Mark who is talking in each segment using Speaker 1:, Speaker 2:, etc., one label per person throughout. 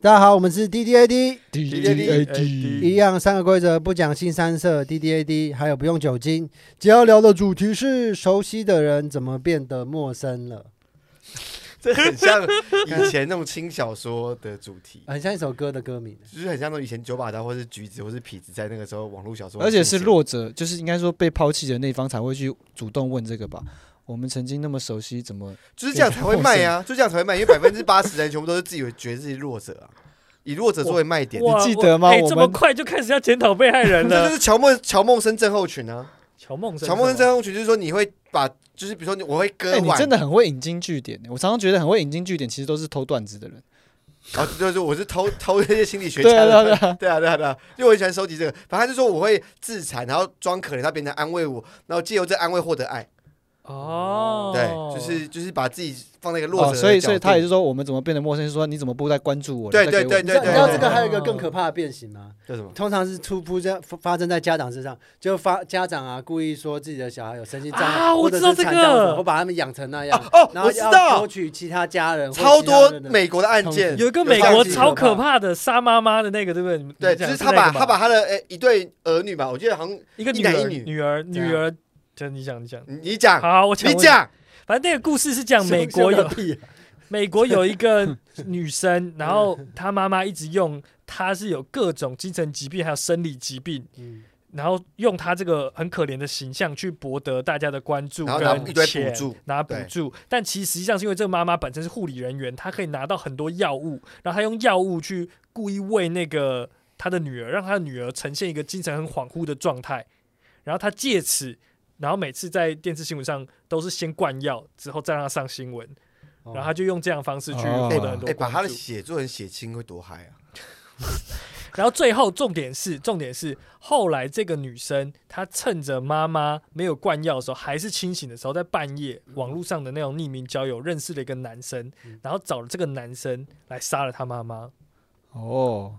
Speaker 1: 大家好，我们是 D D A D，
Speaker 2: D
Speaker 3: DDAD
Speaker 1: 一样三个规则，不讲性三色，D D A D，还有不用酒精。今天要聊的主题是熟悉的人怎么变得陌生了，
Speaker 3: 这 很像以前那种轻小说的主题，
Speaker 1: 很像一首歌的歌名。
Speaker 3: 就是很像那种以前九把刀或是橘子或是痞子在那个时候网络小说，
Speaker 2: 而且是弱者，就是应该说被抛弃的那一方才会去主动问这个吧。我们曾经那么熟悉，怎么
Speaker 3: 就是这样才会卖啊，就这样才会卖，因为百分之八十人全部都是自己觉得自己弱者啊，以弱者作为卖点，
Speaker 2: 哇
Speaker 3: 这
Speaker 2: 你记得吗
Speaker 4: 哎
Speaker 2: 我
Speaker 4: 这
Speaker 2: 们
Speaker 4: 么快就开始要检讨被害人
Speaker 3: 就
Speaker 4: 了。
Speaker 3: 是乔梦乔梦生症候群啊，
Speaker 4: 乔梦生，
Speaker 3: 乔梦生症候群就是说你会把，就是比如说你我会
Speaker 2: 哎、
Speaker 3: 割
Speaker 2: 你
Speaker 3: 腕
Speaker 2: 真，的很会引经据典、欸我常常觉得很会引经据典，其实都是偷段子的人。
Speaker 3: 然后就是我是偷偷那些心理学
Speaker 2: 对
Speaker 3: 家
Speaker 2: 啊，对啊，
Speaker 3: 的
Speaker 2: 对啊。
Speaker 3: 对啊，对啊，对啊，因为我很喜欢收集这个。反正他就说我会自残，然后装可怜，他别人来安慰我，然后借由这安慰获得爱。
Speaker 4: 哦，
Speaker 3: 对，就是就是把自己放在一个弱者、
Speaker 2: 哦，所以所以他也是说，我们怎么变得陌生？是说你怎么不再关注我？
Speaker 3: 对
Speaker 2: 你再给
Speaker 3: 对
Speaker 2: 我
Speaker 3: 对
Speaker 1: 你知道
Speaker 3: 对
Speaker 1: 你知道这
Speaker 3: 对
Speaker 1: 个还有一个更可怕的变形吗？
Speaker 3: 叫什么？
Speaker 1: 通常是突扑在发生在家长身上，就发家长啊故意说自己的小孩有身心障碍，
Speaker 4: 啊
Speaker 1: 或
Speaker 4: 我
Speaker 1: 者是
Speaker 4: 知道
Speaker 1: 残
Speaker 4: 这个
Speaker 1: 障者，我把他们养成那样，
Speaker 3: 哦
Speaker 1: 然，后
Speaker 3: 我知
Speaker 1: 要
Speaker 3: 道
Speaker 1: 夺，取其他家人或
Speaker 3: 超
Speaker 1: 其他
Speaker 3: 多
Speaker 1: 人的
Speaker 3: 美国的案件，
Speaker 4: 有一个
Speaker 3: 这
Speaker 4: 美
Speaker 3: 样
Speaker 4: 国
Speaker 3: 子
Speaker 4: 超可怕的杀妈妈的那个，对不对？你们
Speaker 3: 对，
Speaker 4: 你
Speaker 3: 只
Speaker 4: 讲
Speaker 3: 是他
Speaker 4: 那个
Speaker 3: 把
Speaker 4: 吧
Speaker 3: 他把他的诶一对儿女吧，我记得好像
Speaker 4: 一个
Speaker 3: 一
Speaker 4: 女
Speaker 3: 男
Speaker 4: 儿
Speaker 3: 一女
Speaker 4: 女儿女
Speaker 1: 样
Speaker 4: 儿，就你讲你讲，
Speaker 3: 你你讲，
Speaker 4: 好，我讲
Speaker 3: 你
Speaker 4: 我，
Speaker 3: 讲，
Speaker 4: 反正那个故事 是讲美国
Speaker 1: 有
Speaker 4: 有美国有一个女生，然后她妈妈一直用她是有各种精神疾病还有生理疾病，
Speaker 1: 嗯
Speaker 4: 然后用她这个很可怜的形象去博得大家的关注
Speaker 3: 然后拿
Speaker 4: 跟
Speaker 3: 一堆补
Speaker 4: 钱
Speaker 3: 助，
Speaker 4: 拿补
Speaker 3: 对
Speaker 4: 助，但其实实际上是因为这个妈妈本身是护理人员，她可以拿到很多药物，然后她用药物去故意喂那个她的女儿，让她的女儿呈现一个精神很恍惚的状态，然后她借此，然后每次在电视新闻上都是先灌药，之后再让她上新闻，
Speaker 1: 哦
Speaker 4: 然后她就用这样的方式去
Speaker 2: 哦
Speaker 4: 获得很
Speaker 3: 哦哎、
Speaker 4: 多
Speaker 3: 把
Speaker 4: 关
Speaker 3: 他的
Speaker 4: 注。
Speaker 3: 写作文写清会多嗨啊！
Speaker 4: 然后最后重点是，重点是后来这个女生她趁着妈妈没有灌药的时候，还是清醒的时候，在半夜网络上的那种匿名交友认识了一个男生
Speaker 1: 嗯，
Speaker 4: 然后找了这个男生来杀了她妈妈，
Speaker 2: 哦，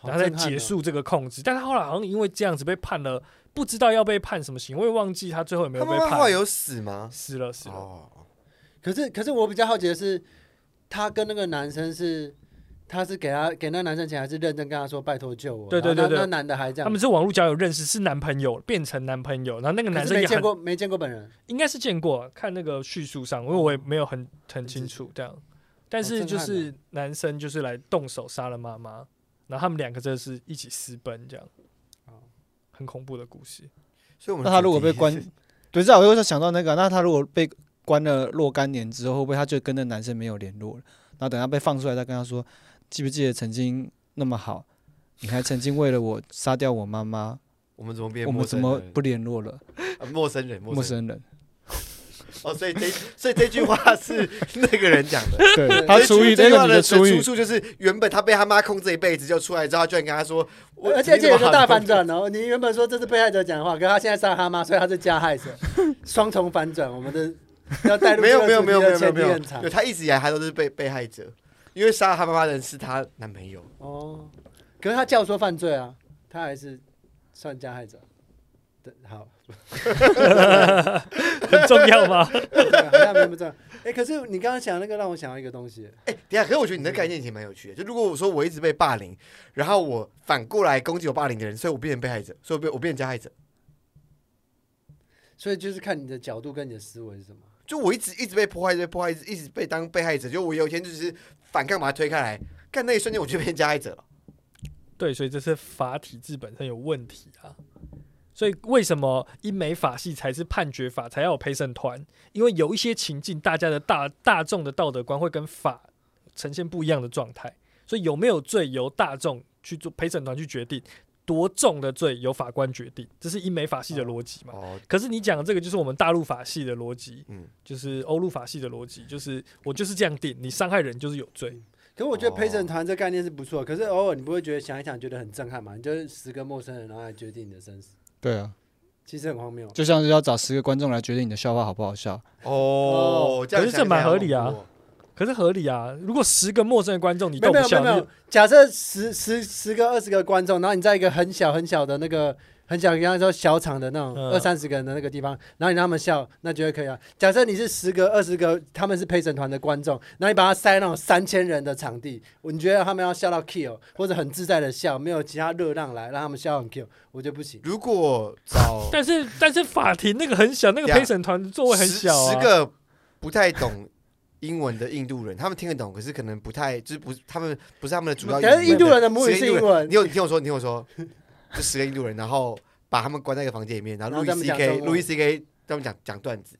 Speaker 4: 然后再
Speaker 1: 哦
Speaker 4: 结。束这个控制。但她后来好像因为这样子被判了，不知道要被判什么刑，我也忘记她最后有没
Speaker 3: 他
Speaker 4: 有被
Speaker 3: 妈妈后来
Speaker 4: 判。
Speaker 3: 有死吗？
Speaker 4: 死了死了，
Speaker 3: 哦，
Speaker 1: 可是，可是我比较好奇的是，他跟那个男生是，他是给他给那男生钱，还是认真跟他说拜托救我？
Speaker 4: 对对
Speaker 1: 然后那
Speaker 4: 对
Speaker 1: 那
Speaker 4: 对
Speaker 1: 男的还这样，
Speaker 4: 他们是网络交友认识，是男朋友变成男朋友，然后那个
Speaker 1: 可
Speaker 4: 男
Speaker 1: 是
Speaker 4: 生
Speaker 1: 没
Speaker 4: 也
Speaker 1: 见
Speaker 4: 很
Speaker 1: 过没见过本人，
Speaker 4: 应该是见过，看那个叙述上，因为我
Speaker 1: 哦
Speaker 4: 也没有很很清楚这样。但是就
Speaker 1: 震撼
Speaker 4: 是男生就是来动手杀了妈妈，然后他们两个真的是一起私奔这样
Speaker 1: 哦，
Speaker 4: 很恐怖的故事。
Speaker 3: 所以我们
Speaker 2: 那他如果
Speaker 3: 主题
Speaker 2: 被关，对，这好像想到那个，啊那他如果被关了若干年之后，会不会他就跟那男生没有联络了？然后等他被放出来，再跟他说，记不记得曾经那么好？你还曾经为了我杀掉我妈妈，
Speaker 3: 我们怎么变
Speaker 2: 我
Speaker 3: 陌
Speaker 2: 们怎
Speaker 3: 生
Speaker 2: 么
Speaker 3: 人
Speaker 2: 不联络了？
Speaker 3: 啊陌生人？
Speaker 2: 陌
Speaker 3: 陌生
Speaker 2: 生
Speaker 3: 人
Speaker 2: 人，
Speaker 3: 哦，所以这所以这句话是那个人讲的。
Speaker 2: 对他出狱，那
Speaker 3: 这句
Speaker 2: 个
Speaker 3: 话
Speaker 2: 女的
Speaker 3: 的
Speaker 2: 出狱
Speaker 3: 出，处就是原本他被他妈控制一辈子，就出来之后，他居然跟他说，我
Speaker 1: 而且而且有个大反，转哦。你原本说这是被害者讲的话，可是他现在杀了他妈，所以他是加害者，双重反转。我们的要带入
Speaker 3: 没有没有
Speaker 1: 这
Speaker 3: 没
Speaker 1: 个
Speaker 3: 有
Speaker 1: 主
Speaker 3: 没
Speaker 1: 题的
Speaker 3: 有
Speaker 1: 前
Speaker 3: 没有没
Speaker 1: 提
Speaker 3: 有
Speaker 1: 很，长
Speaker 3: 对他一直以来他都是被被害者，因为杀了他妈妈的人是她男朋友，
Speaker 1: 哦。可是他教唆犯罪啊，他还是算加害者。对，好，
Speaker 4: 很重要吗？
Speaker 1: 对好像没那么重要。哎，可是你刚刚讲那个让我想到一个东西，
Speaker 3: 哎、等一下，可是我觉得你的概念挺蛮有趣的。就如果我说我一直被霸凌，然后我反过来攻击我霸凌的人，所以我变成被害者，所以我变我变成加害者。
Speaker 1: 所以就是看你的角度跟你的思维是什么。
Speaker 3: 就我一直一直被破坏，一直被破坏，一直一直被当被害者。就我有一天就是反抗把它推开来，干那一瞬间我就变成加害者了。
Speaker 4: 对，所以这是法体制本身有问题啊。所以为什么英美法系才是判决法，才要有陪审团？因为有一些情境，大家的大大众的道德观会跟法呈现不一样的状态，所以有没有罪由大众去做陪审团去决定，多重的罪由法官决定，这是英美法系的逻辑嘛？
Speaker 3: 哦，
Speaker 4: 可是你讲的这个就是我们大陆法系的逻辑，
Speaker 3: 嗯，
Speaker 4: 就是欧陆法系的逻辑，就是我就是这样定，你伤害人就是有罪。
Speaker 1: 可是我觉得陪审
Speaker 3: 哦
Speaker 1: 团这概念是不错，可是偶尔你不会觉得想一想觉得很震撼嘛？你就是十个陌生人然后来决定你的生死，
Speaker 2: 对啊，
Speaker 1: 其实很荒谬。
Speaker 2: 就像是要找十个观众来决定你的笑话好不好笑。
Speaker 3: 哦，这样
Speaker 4: 可是
Speaker 3: 想
Speaker 4: 这蛮
Speaker 3: 起来
Speaker 4: 合理
Speaker 3: 好
Speaker 4: 啊
Speaker 3: 恐怖哦。
Speaker 4: 可是合理啊！如果十个陌生的观众你
Speaker 1: 没
Speaker 4: 都
Speaker 1: 有没
Speaker 4: 不
Speaker 1: 有没
Speaker 4: 笑，
Speaker 1: 有没
Speaker 4: 你
Speaker 1: 有，假设十十十个二十个观众，然后你在一个很小很小的那个很小，比方说小厂的那种
Speaker 4: 嗯
Speaker 1: 二三十个人的那个地方，然后你让他们笑，那觉得可以啊。假设你是十个、二十个，他们是陪审团的观众，然后你把他塞那种三千人的场地，你觉得他们要笑到 kill，或者很自在的笑，没有其他热浪来让他们笑很 kill，我觉得不行。
Speaker 3: 如果找
Speaker 4: 但是但是法庭那个很小，那个
Speaker 3: 呀
Speaker 4: 陪审团座位很
Speaker 3: 十
Speaker 4: 小啊。
Speaker 3: 十个不太懂英文的印度人，他们听得懂，可是可能不太，就是不，他们不是他们的主要语言。
Speaker 1: 可是印度人的母语是英文
Speaker 3: 你，有你听我说，你听我说，这十个印度人，然后把他们关在一个房间里面，然后路
Speaker 1: 然后
Speaker 3: 易 C
Speaker 1: 他们讲
Speaker 3: K
Speaker 1: 中文
Speaker 3: 路易 C K 他们讲讲段子。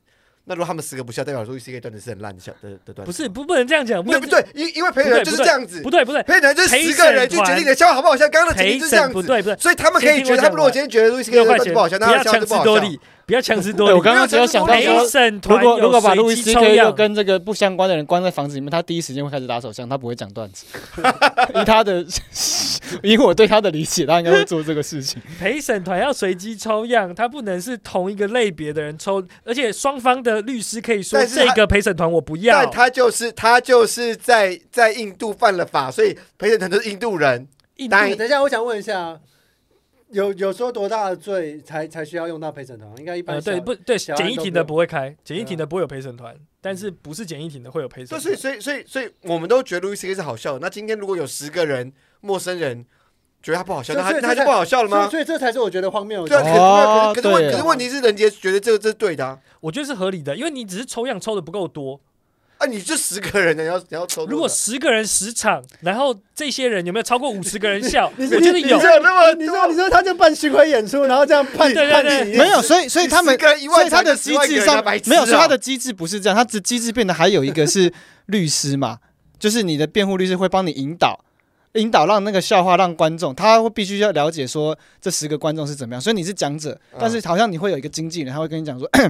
Speaker 3: 那如果他们十个不笑，代表路易 C K 段子是很烂的笑的的段子。
Speaker 4: 不是不不能这样讲，不
Speaker 3: 对不
Speaker 4: 能
Speaker 3: 对？因因为陪审团就是这样子
Speaker 4: 不，对不对，
Speaker 3: 陪审团就是十个人去决定你的笑话好不好笑。刚刚的情
Speaker 4: 陪
Speaker 3: 境就是这样
Speaker 4: 审不
Speaker 3: 子，
Speaker 4: 对不对，
Speaker 3: 所以他们可以觉得，他们如果今天觉得路易 C K
Speaker 4: 六
Speaker 3: 的
Speaker 4: 块
Speaker 3: 段子
Speaker 4: 钱
Speaker 3: 不好笑，那
Speaker 4: 不
Speaker 3: 他的
Speaker 4: 要
Speaker 3: 笑话
Speaker 4: 强
Speaker 3: 就
Speaker 4: 词
Speaker 3: 不好
Speaker 4: 夺
Speaker 3: 笑。
Speaker 4: 理，不要强词
Speaker 3: 哎
Speaker 4: 夺
Speaker 2: 对，哎我
Speaker 4: 理。
Speaker 2: 刚刚只有想到
Speaker 4: 陪
Speaker 2: 说，
Speaker 4: 审
Speaker 2: 如
Speaker 4: 团
Speaker 2: 果如果把
Speaker 4: 路
Speaker 2: 路
Speaker 4: 易
Speaker 2: 易
Speaker 4: 斯
Speaker 2: C
Speaker 4: 抽
Speaker 2: K 又
Speaker 4: 样，
Speaker 2: 跟这个不相关的人关在房子里面，他第一时间会开始打手枪，他不会讲 段子。以他的， 以我对他的理解，他应该会做这个事情。
Speaker 4: 陪审团要随机抽样，他不能是同一个类别的人抽，而且双方的律师可以说
Speaker 3: 但是他
Speaker 4: 这个陪审团我不
Speaker 3: 但
Speaker 4: 要。
Speaker 3: 他就是他就是在在印度犯了法，所以陪审团都是印度人。
Speaker 4: 印
Speaker 3: 当然
Speaker 1: 等一下，我想问一下啊，有有说多大的罪才才需要用到陪审团？应该一般
Speaker 4: 呃，
Speaker 1: 小、
Speaker 4: 对不对？
Speaker 1: 小
Speaker 4: 简
Speaker 1: 案
Speaker 4: 易
Speaker 1: 都
Speaker 4: 庭
Speaker 1: 不
Speaker 4: 的
Speaker 1: 用
Speaker 4: 不会
Speaker 3: 啊
Speaker 4: 开，简易庭的不会有陪审团，但是不是简易庭的会有陪审
Speaker 3: 所
Speaker 4: 团
Speaker 3: 以，。所以，所以，所以，我们都觉得 Louis C K 是好笑的。那今天如果有十个人陌生人觉得他不好笑，
Speaker 1: 所
Speaker 3: 那
Speaker 1: 以所
Speaker 3: 他
Speaker 1: 以
Speaker 3: 那他
Speaker 1: 这
Speaker 3: 就不好笑了
Speaker 1: 所以
Speaker 3: 吗？
Speaker 1: 所以这才是我觉得荒谬的
Speaker 3: 对
Speaker 1: 地
Speaker 3: 啊，
Speaker 1: 方。
Speaker 2: 哦
Speaker 3: 可是可是可是问
Speaker 2: 对
Speaker 3: 可是问题是，人杰觉得这个这是对的啊。
Speaker 4: 我觉得是合理的，因为你只是抽样抽的不够多。
Speaker 3: 啊，你就十个人，你要你要抽多少。
Speaker 4: 如果十个人十场，然后这些人有没有超过五十个人笑？
Speaker 1: 你
Speaker 4: 我
Speaker 1: 是
Speaker 4: 觉得
Speaker 1: 你
Speaker 4: 有
Speaker 1: 是。那么你说你说他就办巡回演出，然后这样判
Speaker 4: 对对
Speaker 1: 判
Speaker 4: 对
Speaker 1: 你
Speaker 2: 没有，所以所以他们
Speaker 3: 十个人一万
Speaker 2: 所以他的
Speaker 3: 才
Speaker 2: 机
Speaker 3: 10万
Speaker 2: 制
Speaker 3: 个人
Speaker 2: 上
Speaker 3: 啊白痴
Speaker 2: 没有，所以
Speaker 3: 啊
Speaker 2: 他的机制不是这样，他的机制变得还有一个是律师嘛， 就是你的辩护律师会帮你引导。引导让那个笑话让观众，他会必须要了解说这十个观众是怎么样，所以你是讲者，
Speaker 3: 嗯
Speaker 2: 但是好像你会有一个经纪人，他会跟你讲说，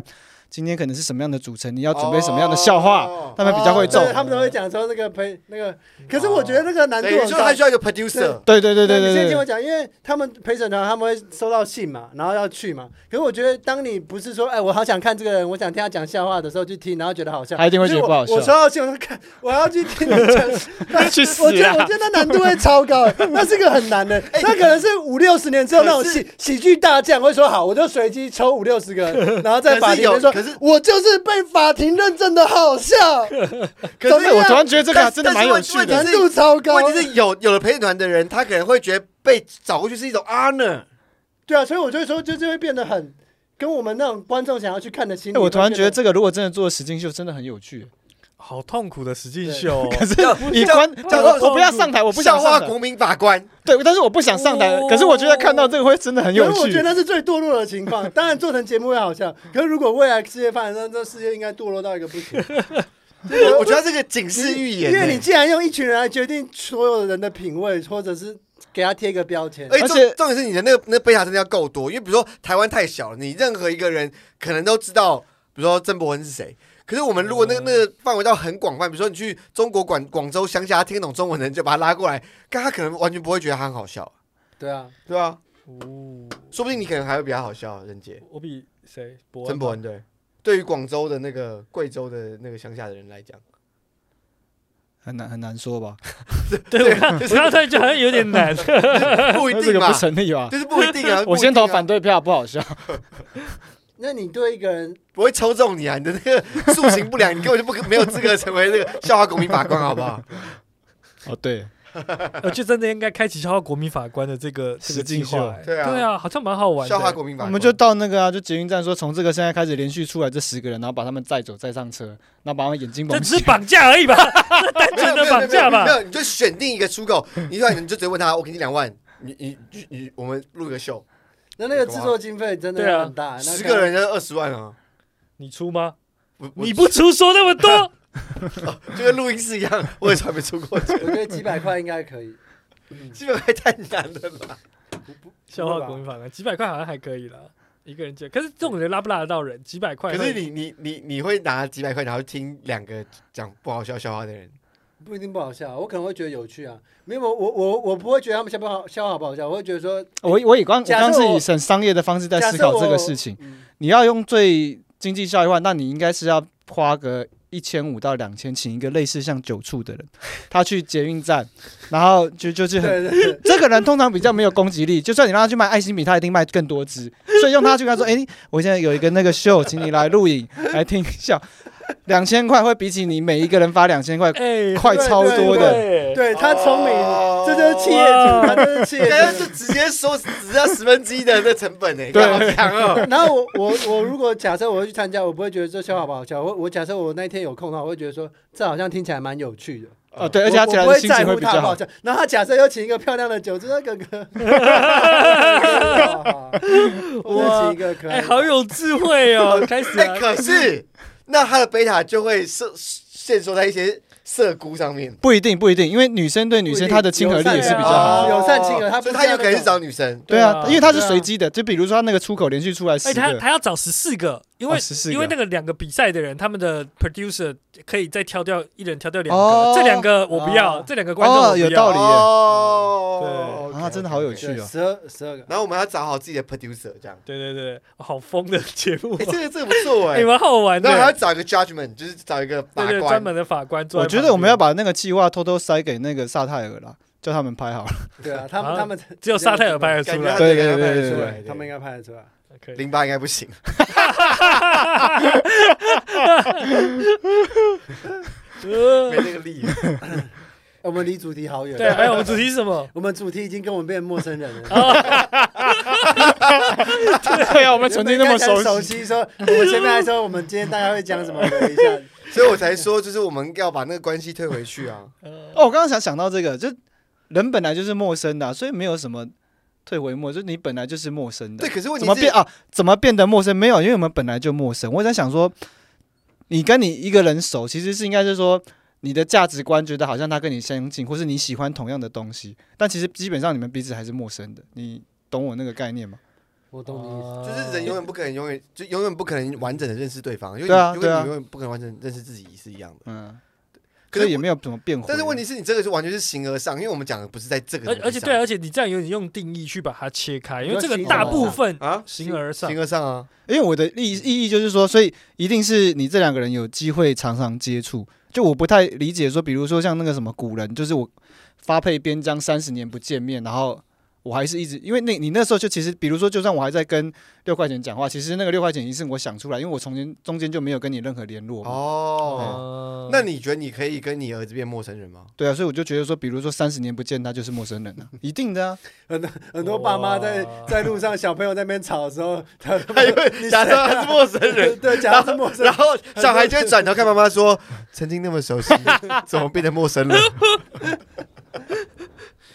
Speaker 2: 今天可能是什么样的组成，你要准备什么样的笑话，
Speaker 3: 哦
Speaker 2: 他们比较会中
Speaker 1: 哦对。他们都会讲说那个陪那个，可是我觉得那个难度
Speaker 3: 等于
Speaker 1: 很
Speaker 3: 说
Speaker 1: 高
Speaker 3: 他。需要一个 producer，
Speaker 2: 对对对对
Speaker 1: 你
Speaker 2: 对
Speaker 1: 先
Speaker 2: 对
Speaker 1: 听我
Speaker 2: 对，
Speaker 1: 讲，因为他们陪审团他们会收到信嘛，然后要去嘛。可是我觉得，当你不是说，哎，我好想看这个人，我想听他讲笑话的时候去听，然后觉得好笑，
Speaker 2: 他一定会觉得不好笑
Speaker 1: 我收到信，我说看，我要去听你讲。
Speaker 2: 去
Speaker 1: 我
Speaker 2: 死啊
Speaker 1: 觉得我
Speaker 2: 啦！
Speaker 1: 觉得那难度会超高，欸 那是个很难的。
Speaker 2: 哎
Speaker 1: 那可能是五六十年之后那种喜喜剧大将会说好，我就随机抽五六十 个人，然后在法庭里面说
Speaker 3: 可是有可是，
Speaker 1: 我就是被法庭认证的好笑，怎
Speaker 3: 可
Speaker 1: 么
Speaker 3: 是
Speaker 1: 样
Speaker 2: 哎我突然觉得这个还真的蛮有趣
Speaker 3: 但
Speaker 2: 的
Speaker 3: 是
Speaker 1: 难，度超高。
Speaker 3: 问题是有有了陪审团的人，他可能会觉得被找过去是一种 honor。
Speaker 1: 对啊，所以我就说，就就会变得很跟我们那种观众想要去看的心理。
Speaker 2: 哎我突然觉得
Speaker 1: 会变
Speaker 2: 这个如果真的做实境秀，真的很有趣。
Speaker 4: 好痛苦的实境秀、哦，
Speaker 2: 可是以观，
Speaker 4: 要
Speaker 2: 我我不要上台，我不想
Speaker 3: 笑
Speaker 2: 上
Speaker 3: 话
Speaker 2: 台。
Speaker 3: 国民法官，
Speaker 2: 对，但是我不想上台。可是我觉得看到这个会真的很
Speaker 1: 因为
Speaker 2: 有
Speaker 1: 我觉
Speaker 2: 趣
Speaker 1: 得。那是最堕落的情况。当然做成节目会好笑，可是如果未来世界发展，那这世界应该堕落到一个不行。
Speaker 3: 我我觉得这个警示预言
Speaker 1: 因为你
Speaker 3: 欸。
Speaker 1: 既然用一群人来决定所有人的品味，或者是给他贴一个标签，
Speaker 3: 而且
Speaker 2: 而
Speaker 3: 重
Speaker 2: 且
Speaker 3: 重点是你的那个那贝塔真的要够多，因为比如说台湾太小了，你任何一个人可能都知道，比如说郑伯恩是谁。可是我们如果那个那个范围到很广泛，比如说你去中国广广州乡下，他听得懂中文的人就把他拉过来，但他可能完全不会觉得他很好笑，
Speaker 1: 对啊，
Speaker 3: 对啊，
Speaker 4: 哦，
Speaker 3: 说不定你可能还会比他好笑，任杰。
Speaker 4: 我比谁？伯恩
Speaker 3: 曾伯恩对，对于广州的那个贵州的那个乡下的人来 讲，
Speaker 2: 很难很难说吧？
Speaker 4: 对，我看我刚才就好像有点 难。
Speaker 3: 不一
Speaker 2: 那这
Speaker 3: 定
Speaker 2: 个
Speaker 3: 嘛
Speaker 2: 不，成立吧？
Speaker 3: 就是不一 定啊。
Speaker 2: 我先投
Speaker 3: 投
Speaker 2: 反对票，不好笑。
Speaker 1: 那你对一个人，
Speaker 3: 不会抽中你啊！你的那个塑形不良，你根本就不可没有资格成为那个笑话公民法官，好不好？
Speaker 2: 哦，对，
Speaker 4: 我哦就真的应该开启消化国民法官的这个这个
Speaker 2: 实境
Speaker 4: 计划
Speaker 2: 秀
Speaker 4: 欸
Speaker 3: 对啊
Speaker 4: 对啊，好像蛮好玩的
Speaker 3: 笑话
Speaker 4: 欸。
Speaker 3: 公民
Speaker 2: 我
Speaker 3: 法官，
Speaker 2: 们就到那个啊，就捷运站说，从这个现在开始连续出来这十个人，然后把他们载走，再上车，然后把他们眼睛
Speaker 4: 这
Speaker 2: 蒙
Speaker 4: 只
Speaker 2: 起
Speaker 4: 是。绑架而已吧，这单
Speaker 3: 没有 没有
Speaker 4: 纯的绑架吧
Speaker 3: 没有，没有，你就选定一个出口，你说你就直接问他，我给你两万，你你你你，我们录个秀，
Speaker 1: 那那个制作经费真的
Speaker 4: 对啊
Speaker 1: 很大，那
Speaker 3: 十
Speaker 1: 可能
Speaker 3: 个人就二十万啊！
Speaker 4: 你出吗？
Speaker 3: 我我
Speaker 4: 你不出说那么 多，
Speaker 3: 就跟录音室一样，我也从来没出过，
Speaker 1: 我觉得几百块应该可以。
Speaker 3: 基本还太难了吧？
Speaker 4: 笑话国民法官几百块好像还可以啦，一个人就，可是这种人拉不拉得到人？几百块
Speaker 3: 可
Speaker 4: 会，
Speaker 3: 是你你你你会拿几百块，然后听两个讲不好笑笑话的人，
Speaker 1: 不一定不好笑，我可能会觉得有趣啊。没有，我我我我不会觉得他们笑不好笑话好不好笑，我会觉得 说，
Speaker 2: 我我以刚我
Speaker 1: 假设
Speaker 2: 刚是
Speaker 1: 我
Speaker 2: 以很商业的方式在
Speaker 1: 假
Speaker 2: 思
Speaker 1: 设
Speaker 2: 考
Speaker 1: 我
Speaker 2: 这个事情。
Speaker 1: 嗯
Speaker 2: 你要用最经济效益化，那你应该是要花个一千五到两千，请一个类似像酒醋的人，他去捷运站，然后就就是很。
Speaker 1: 对对 对，
Speaker 2: 这个人通常比较没有攻击力，就算你让他去卖爱心笔，他一定卖更多支。所以用他去跟他 说：“哎、我现在有一个那个秀，请你来录影，来听一下。两千块会比起你每一个人发两千块，
Speaker 4: 哎，
Speaker 2: 快超多的
Speaker 4: 对，
Speaker 1: 对 他聪明，
Speaker 3: 哦
Speaker 1: 这就是 企业主，他就是企业
Speaker 3: 感觉
Speaker 1: 主。
Speaker 3: 就直接收只要十分之一的那成本呢，
Speaker 2: 对
Speaker 3: 好强哦！
Speaker 1: 然后我我我如果假设我去参加，我不会觉得这笑话不好笑。我我假设我那一天有空的话，我会觉得说这好像听起来蛮有趣的。
Speaker 2: 哦， 对，而且他
Speaker 1: 我
Speaker 2: 起
Speaker 1: 我
Speaker 2: 来
Speaker 1: 不
Speaker 2: 的
Speaker 1: 会
Speaker 2: 心情
Speaker 1: 在
Speaker 2: 会
Speaker 1: 乎
Speaker 2: 比
Speaker 1: 他好
Speaker 2: 较
Speaker 1: 不
Speaker 2: 好
Speaker 1: 好。笑。然后他假设又请一个漂亮的酒，这个哥 哥，我请一个可爱
Speaker 2: 啊
Speaker 4: 哎，
Speaker 1: 的。
Speaker 4: 好有智慧 哦，开始啊
Speaker 3: 哎，可是 那它的贝塔就会设限缩在一些色菇上面，
Speaker 2: 不一定，不一定，因为女生对女生她的亲和力也是比较好
Speaker 1: 哦
Speaker 2: 的。
Speaker 1: 友善亲和它不
Speaker 3: 所
Speaker 1: 是
Speaker 3: 以他有可能
Speaker 1: 那
Speaker 3: 是
Speaker 1: 种
Speaker 3: 找女生。
Speaker 2: 对啊，因为她是
Speaker 1: 对啊
Speaker 2: 随机的，就比如说她那个出口连续出来
Speaker 4: 哎，
Speaker 2: 十
Speaker 4: 他
Speaker 2: 个，
Speaker 4: 他要找十四个，因为
Speaker 2: 哦14个
Speaker 4: 因为那个两个比赛的人，他们的 producer 可以再挑掉一人挑掉两
Speaker 2: 哦
Speaker 4: 个，这两个我不要，
Speaker 1: 哦
Speaker 4: 这两个观众我不
Speaker 2: 有道
Speaker 4: 要
Speaker 2: 理。耶
Speaker 3: 哦
Speaker 2: 啊真的好有趣
Speaker 1: 对十二十二个，
Speaker 3: 然后我们要找好自己的 producer 这样。
Speaker 4: 对对对，好疯的节目
Speaker 3: 哎，
Speaker 4: 哦，
Speaker 3: 这个这个不 错
Speaker 4: 哎，
Speaker 3: 哎。
Speaker 4: 蛮好玩
Speaker 3: 然后还要
Speaker 4: 的。
Speaker 3: 找一个 judgment，就是找一个法
Speaker 4: 对对，专
Speaker 3: 官。
Speaker 4: 门的法官坐在
Speaker 2: 我
Speaker 4: 旁边。
Speaker 2: 觉得我们要把那个计划偷偷塞给那个萨泰尔啦，叫他们拍好了。
Speaker 1: 对 啊，他
Speaker 4: 啊
Speaker 1: 们他们
Speaker 4: 只有沙泰尔拍得出来。
Speaker 2: 对对对对
Speaker 1: 对
Speaker 2: 对
Speaker 1: 他们应该拍得出来。哎
Speaker 4: 可以
Speaker 3: 零八应该不行。没
Speaker 4: 呃
Speaker 3: 那个力。
Speaker 1: 我们离主题好远。
Speaker 4: 对，还有我们主哦题是什么？
Speaker 1: 我们主题已经跟我们变陌生 人了。
Speaker 2: 对啊，我们曾经那 么
Speaker 1: 熟
Speaker 2: 熟悉。
Speaker 1: 悉，说我们前面还说我们今天大概会讲什么，等一下。
Speaker 3: 所以我才说，就是我们要把那个关系退回去 啊。
Speaker 4: 呃
Speaker 2: 哦，我刚刚想想到这个，就人本来就是陌生的啊、所以没有什么退回陌，就是你本来就是陌生的
Speaker 3: 对，。可是问
Speaker 2: 怎
Speaker 3: 题
Speaker 2: 么
Speaker 3: 是
Speaker 2: 变，啊？怎么变得陌生？没有，因为我们本来就陌生。我在想说，你跟你一个人熟，其实是应该是说你的价值观觉得好像他跟你相近，或是你喜欢同样的东西，但其实基本上你们彼此还是陌生的。你懂我那个概念吗？
Speaker 1: 我懂你意思。
Speaker 3: 就是人永远不可能永远就永远不可能完整的认识呃对方，因为
Speaker 2: 对啊
Speaker 3: 你
Speaker 2: 对啊
Speaker 3: 因为你永远不可能完整地认识自己是一样的。
Speaker 2: 嗯，
Speaker 3: 可
Speaker 2: 所
Speaker 3: 是
Speaker 2: 以也
Speaker 3: 我
Speaker 2: 没有怎么变回。
Speaker 3: 但是问题是你这个是完全是形而上，因为我们讲的不是在这个东
Speaker 4: 而
Speaker 3: 西上，
Speaker 4: 而且对，啊而且你这样有点用定义去把它切开，因为这个
Speaker 1: 你说
Speaker 4: 大
Speaker 1: 形而
Speaker 4: 部
Speaker 1: 上
Speaker 4: 分
Speaker 3: 啊，
Speaker 4: 形而上
Speaker 3: 形而上啊，
Speaker 2: 因为我的意意义就是说，所以一定是你这两个人有机会常常接触。就我不太理解说，比如说像那个什么古人，就是我发配边疆三十年不见面，然后我还是一直，因为那你那时候就其实，比如说就算我还在跟六块钱讲话，其实那个六块钱已经是我想出来，因为我从前中间就没有跟你任何联络嘛。
Speaker 4: 啊
Speaker 3: 哦。
Speaker 4: 哦
Speaker 3: 那你觉得你可以跟你儿子变陌生人吗？
Speaker 2: 对啊，所以我就觉得说，比如说三十年不见，他就是陌生人了、一定的啊。
Speaker 1: 很多很多爸妈在
Speaker 4: 哇
Speaker 1: 在路上，小朋友在那边吵的时候，他
Speaker 3: 他以为假设他是陌生
Speaker 1: 对
Speaker 3: 人，
Speaker 1: 对，假如是陌生
Speaker 3: 然，后 小孩就会转头看妈妈说：“ 曾经那么 熟悉，怎么变得陌生了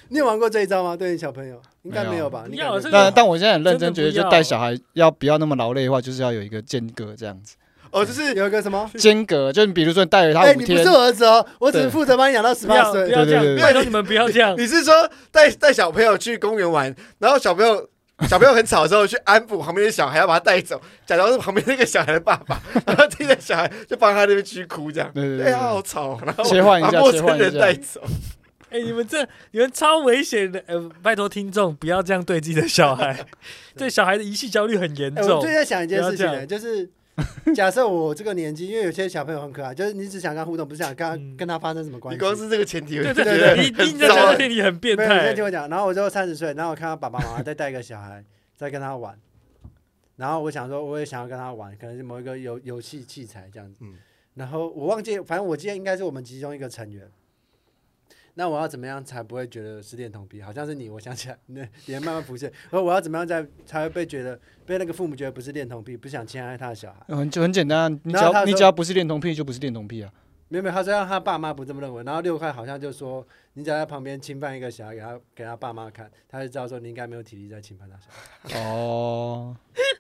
Speaker 1: 你有玩过这一招吗？对你小朋友应该
Speaker 2: 没有
Speaker 1: 没有吧？
Speaker 4: 不
Speaker 1: 你
Speaker 4: 要
Speaker 1: 感觉
Speaker 4: 这个
Speaker 2: 但但我现在很认真，觉得
Speaker 4: 真的
Speaker 2: 就
Speaker 4: 不要
Speaker 2: 带小孩要不要那么劳累的话，就是要有一个间隔这样子。？”
Speaker 3: 哦，就是
Speaker 1: 有一个什么？
Speaker 2: 间隔就你比如说你带着他
Speaker 1: 哎，
Speaker 2: 五
Speaker 1: 你不
Speaker 2: 天
Speaker 1: 是，我儿子哦，我
Speaker 2: 对
Speaker 1: 只负责帮你养到十
Speaker 4: 不
Speaker 1: 八
Speaker 4: 要不
Speaker 1: 岁。
Speaker 4: 要
Speaker 2: 对
Speaker 4: 这
Speaker 2: 对
Speaker 4: 样，
Speaker 2: 对
Speaker 4: 拜托你们不要这样。
Speaker 3: 你是说带带小朋友去公园玩，然后小朋友 小朋友很吵的时候去安抚旁边的小孩，要把他带走，假装是旁边那个小孩的爸爸， 然后自己的小孩就帮他那边驱哭这样。
Speaker 2: 对对对
Speaker 3: 哎呀，好吵！然后
Speaker 2: 切换一下
Speaker 3: 把陌
Speaker 2: 切换
Speaker 3: 生
Speaker 2: 一下
Speaker 3: 人带走。
Speaker 4: 哎，你们这你们超危险的，呃，拜托听众不要这样对自己的 小孩，对小孩的遗弃焦虑很严
Speaker 1: 哎，我
Speaker 4: 重
Speaker 1: 最。近在想一件事情
Speaker 4: 不要这
Speaker 1: 呢，就是。假设我这个年纪，因为有些小朋友很可爱，就是你只想跟他互动，不是想跟
Speaker 4: 嗯
Speaker 1: 他跟他发生什么关
Speaker 3: 你
Speaker 1: 系。
Speaker 3: 光是这个前提，我
Speaker 4: 对
Speaker 3: 就
Speaker 4: 对
Speaker 3: 觉
Speaker 4: 对，
Speaker 3: 得
Speaker 4: 你
Speaker 3: 很
Speaker 4: 你在
Speaker 3: 糟
Speaker 4: 讲
Speaker 3: 哎
Speaker 4: 这些你很变
Speaker 1: 没有，你先
Speaker 4: 态
Speaker 1: 听。我讲。然后我就三十岁，然后我看到爸爸妈妈再带一个小孩， 再跟他玩，然后我想说，我也想要跟他玩，可能是某一个游游戏器材这样子。
Speaker 3: 嗯
Speaker 1: 然后我忘记，反正我记得应该是我们其中一个成员。那我要怎么样才不会觉得是恋童癖？好像是你，我想起来，那也慢慢浮现。 然后我要怎么样才才会被觉得被那个父母觉得不是恋童癖，不想侵害他的小孩？
Speaker 2: 很就很简单啊，你只
Speaker 1: 然后他
Speaker 2: 要
Speaker 1: 说
Speaker 2: 你只要不是恋童癖就不是恋童癖啊。
Speaker 1: 没有没有，他说让他爸妈不这么认为，然后六块好像就说，你只要在旁边侵犯一个小孩，给他给他爸妈看，他就知道说你应该没有体力在侵犯他小孩。
Speaker 2: 哦，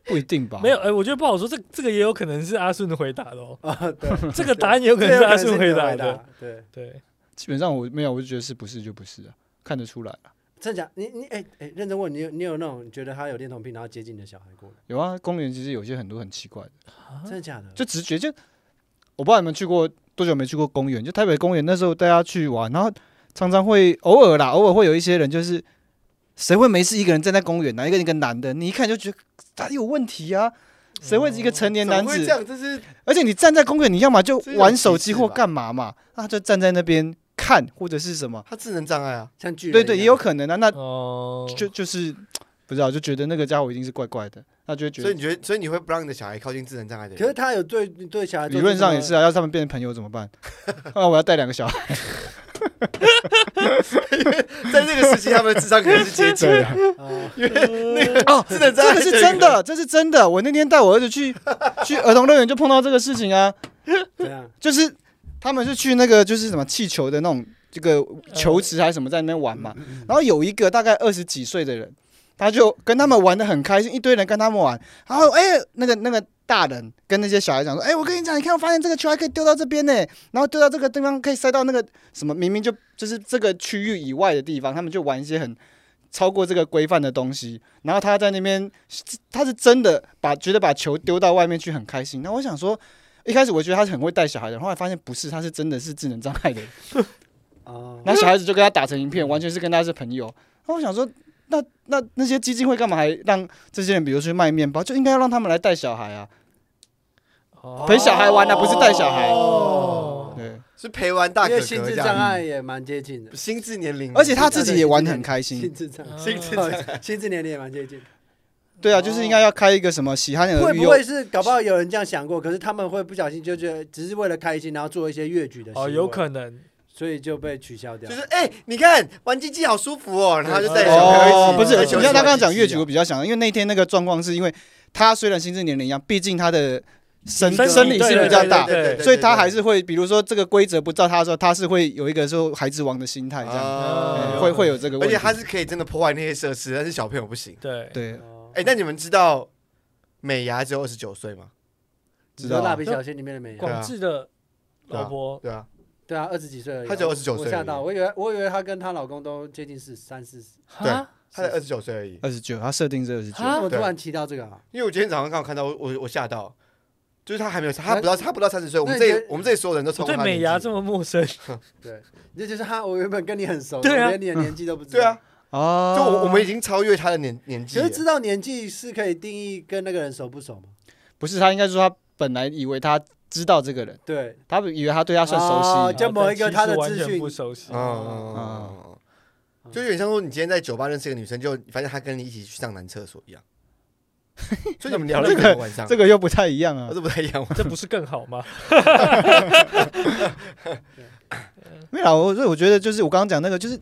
Speaker 2: 不一 定吧？
Speaker 4: 没有，哎，我觉得不好说，这这个也有可能是阿顺的回答的 哦，
Speaker 1: 啊，对，
Speaker 4: 这个答案也有可能
Speaker 1: 这
Speaker 4: 是
Speaker 1: 有可
Speaker 4: 阿
Speaker 1: 能是
Speaker 4: 顺
Speaker 1: 你的
Speaker 4: 答
Speaker 1: 回
Speaker 4: 的。
Speaker 1: 答。对，
Speaker 4: 对，
Speaker 2: 基本上我没有，我就觉得是不是就不是啊，看得出来啊。
Speaker 1: 真假？你你哎哎，认真问你有你有那种你觉得他有恋童癖，然后接近你的小孩过的，
Speaker 2: 有啊，公园其实有些很多很奇怪的，
Speaker 1: 真的假的？
Speaker 2: 啊就直觉就我不知道你们去过多久没去过公园，就台北公园那时候大家去玩，然后常常会偶尔啦，偶尔会有一些人就是谁会没事一个人站在公园呢、一个一个男的，你一看就觉得他有问题啊。谁会一个成年男
Speaker 3: 怎么会
Speaker 2: 子
Speaker 3: 这？样？这是
Speaker 2: 而且你站在公园，你要么就
Speaker 3: 这有
Speaker 2: 玩
Speaker 3: 歧
Speaker 2: 手机
Speaker 3: 视
Speaker 2: 或
Speaker 3: 吧
Speaker 2: 干嘛嘛，那他就站在那边看或者是什么？
Speaker 3: 他智能障碍啊，
Speaker 1: 像巨人
Speaker 2: 对
Speaker 1: 一
Speaker 2: 对，也
Speaker 1: 样
Speaker 2: 有可能啊。那
Speaker 4: 哦，
Speaker 2: 就就是不知道，就觉得那个家伙一定是怪怪的，他就会觉
Speaker 3: 所以
Speaker 2: 得
Speaker 3: 你觉得，所以你会不让你的小孩靠近智能障碍的
Speaker 1: 可
Speaker 3: 人？
Speaker 1: 是他有对对小孩做
Speaker 2: 理论
Speaker 1: 出
Speaker 2: 上
Speaker 1: 什
Speaker 2: 也
Speaker 1: 么
Speaker 2: 是啊，要是他们变成朋友怎么办？ 啊，我要带两个小 孩，
Speaker 3: 在那个时期，他们的智商可能是接近
Speaker 2: 对
Speaker 3: 的。
Speaker 2: 啊，
Speaker 1: 哦
Speaker 2: 哦，
Speaker 3: 智能障
Speaker 2: 这
Speaker 3: 碍
Speaker 2: 个是真的，这是真的。我那天带我儿子去去儿童乐园，就碰到这个事情啊，
Speaker 1: 这样
Speaker 2: 就是他们是去那个就是什么气球的那种这个球池还是什么在那边玩嘛，然后有一个大概二十几岁的人，他就跟他们玩的很开心，一堆人跟他们玩，然后哎、那个那个大人跟那些小孩讲说，哎、我跟你讲，你看我发现这个球还可以丢到这边呢，然后丢到这个地方可以塞到那个什么，明明就就是这个区域以外的地方，他们就玩一些很。超过这个规范的东西，然后他在那边，他是真的把觉得把球丢到外面去很开心。那我想说，一开始我觉得他是很会带小孩的，后来发现不是，他是真的是智能障碍的人。
Speaker 1: 哦，
Speaker 2: 然后小孩子就跟他打成一片，完全是跟他是朋友。那我想说，那那那些基金会干嘛还让这些人，比如去卖面包，就应该要让他们来带小孩啊，
Speaker 4: 哦
Speaker 2: 陪小孩玩啊，不是带小孩。
Speaker 4: 哦
Speaker 2: 对，
Speaker 3: 是陪玩大
Speaker 1: 因
Speaker 3: 哥
Speaker 1: 为
Speaker 3: 哥
Speaker 1: 心智
Speaker 3: 这
Speaker 1: 障
Speaker 3: 样，
Speaker 1: 碍
Speaker 2: 嗯
Speaker 1: 也蛮接近的，
Speaker 3: 心智年龄，
Speaker 2: 而且他自己也玩得很开
Speaker 1: 心
Speaker 2: 心。
Speaker 1: 智障碍，
Speaker 3: 心智
Speaker 1: 哦心智年龄也蛮接近。
Speaker 2: 对啊，就是应该要开一个什么喜憨儿
Speaker 1: 会
Speaker 2: 育
Speaker 1: 不
Speaker 2: 幼
Speaker 1: 会是搞不好有人这样想过？可是他们会不小心就觉得只是为了开心，然后做一些越矩的行
Speaker 4: 哦，
Speaker 1: 为
Speaker 4: 有可能
Speaker 1: 所以就被取消掉
Speaker 3: 就。是哎，你看玩机器好舒服哦，然后就带小朋友
Speaker 2: 哦
Speaker 3: 一，起。
Speaker 2: 不是，
Speaker 3: 在
Speaker 2: 你
Speaker 3: 球
Speaker 2: 像
Speaker 3: 场
Speaker 2: 他刚刚讲
Speaker 3: 玩
Speaker 2: 越
Speaker 3: 机器
Speaker 2: 级，
Speaker 3: 啊
Speaker 2: 我比较想，因为那天那个状况是因为他虽然心智年龄一样，毕竟他的生
Speaker 4: 身
Speaker 2: 生理
Speaker 4: 对
Speaker 2: 性
Speaker 4: 对
Speaker 2: 比较
Speaker 4: 对
Speaker 2: 大
Speaker 4: 对，对
Speaker 2: 所以他还是会，比如说这个规则不照他的时候，他是会有一个说孩子王的心态这样，
Speaker 3: 啊
Speaker 2: 嗯
Speaker 4: 有
Speaker 2: 会
Speaker 4: 可
Speaker 2: 会有这个
Speaker 3: 而
Speaker 2: 问题。
Speaker 3: 且他是可以真的破坏那些设施，但是小朋友不行。
Speaker 4: 对
Speaker 2: 对，
Speaker 1: 哦
Speaker 3: 哎，那你们知道美伢只有二十九岁吗？
Speaker 1: 你
Speaker 2: 知
Speaker 1: 说
Speaker 2: 道
Speaker 1: 蜡
Speaker 2: 啊
Speaker 1: 笔小新里面的美
Speaker 3: 对
Speaker 1: 伢，
Speaker 3: 啊
Speaker 4: 广智的老婆
Speaker 3: 对啊，
Speaker 1: 对啊，二十几岁而已啊，
Speaker 3: 她只有29岁
Speaker 1: 我吓到，
Speaker 3: 而已
Speaker 1: 我以为我以为她跟她老公都接近四三四十，
Speaker 3: 对
Speaker 4: 啊
Speaker 3: 他才二十九岁而已。
Speaker 2: 二十九，他设定是二十九。
Speaker 1: 为
Speaker 4: 啊
Speaker 1: 什么突
Speaker 3: 对
Speaker 1: 然提到这个啊？
Speaker 3: 因为我今天早上刚好看到，我我我吓到，就是他还没有，他不到他不到三十岁，我们
Speaker 1: 那你觉
Speaker 3: 这
Speaker 1: 得
Speaker 3: 我们这里所有人都超
Speaker 4: 我
Speaker 3: 过
Speaker 4: 对
Speaker 3: 他的
Speaker 4: 美
Speaker 3: 年纪
Speaker 4: 牙这么陌生，
Speaker 1: 对，这就是他，我原本跟你很熟，
Speaker 4: 对啊
Speaker 1: 我连你的年纪都不知道。
Speaker 3: 对啊，，
Speaker 2: 哦，
Speaker 3: 就我我们已经超越他的年年纪
Speaker 1: 其
Speaker 3: 了
Speaker 1: 实。知道年纪是可以定义跟那个人熟不熟嘛？
Speaker 2: 不是他，应该说他本来以为他知道这个人，
Speaker 1: 对，
Speaker 2: 他以为他对他算
Speaker 1: 哦
Speaker 2: 熟悉。
Speaker 1: 就某一个他的
Speaker 4: 但其
Speaker 1: 资
Speaker 4: 实完全
Speaker 1: 讯
Speaker 4: 不熟悉
Speaker 3: 嗯，嗯嗯嗯，
Speaker 1: 嗯
Speaker 3: 就有点像说你今天在酒吧认识一个女生，就发现她跟你一起去上男厕所一样。所以你们聊了一整个晚上，
Speaker 2: 这个又不太一样啊
Speaker 3: 哦，这不太一样吗？
Speaker 4: 这不是更好吗？
Speaker 2: 没有啦，我所以我觉得就是我刚刚讲那个，就是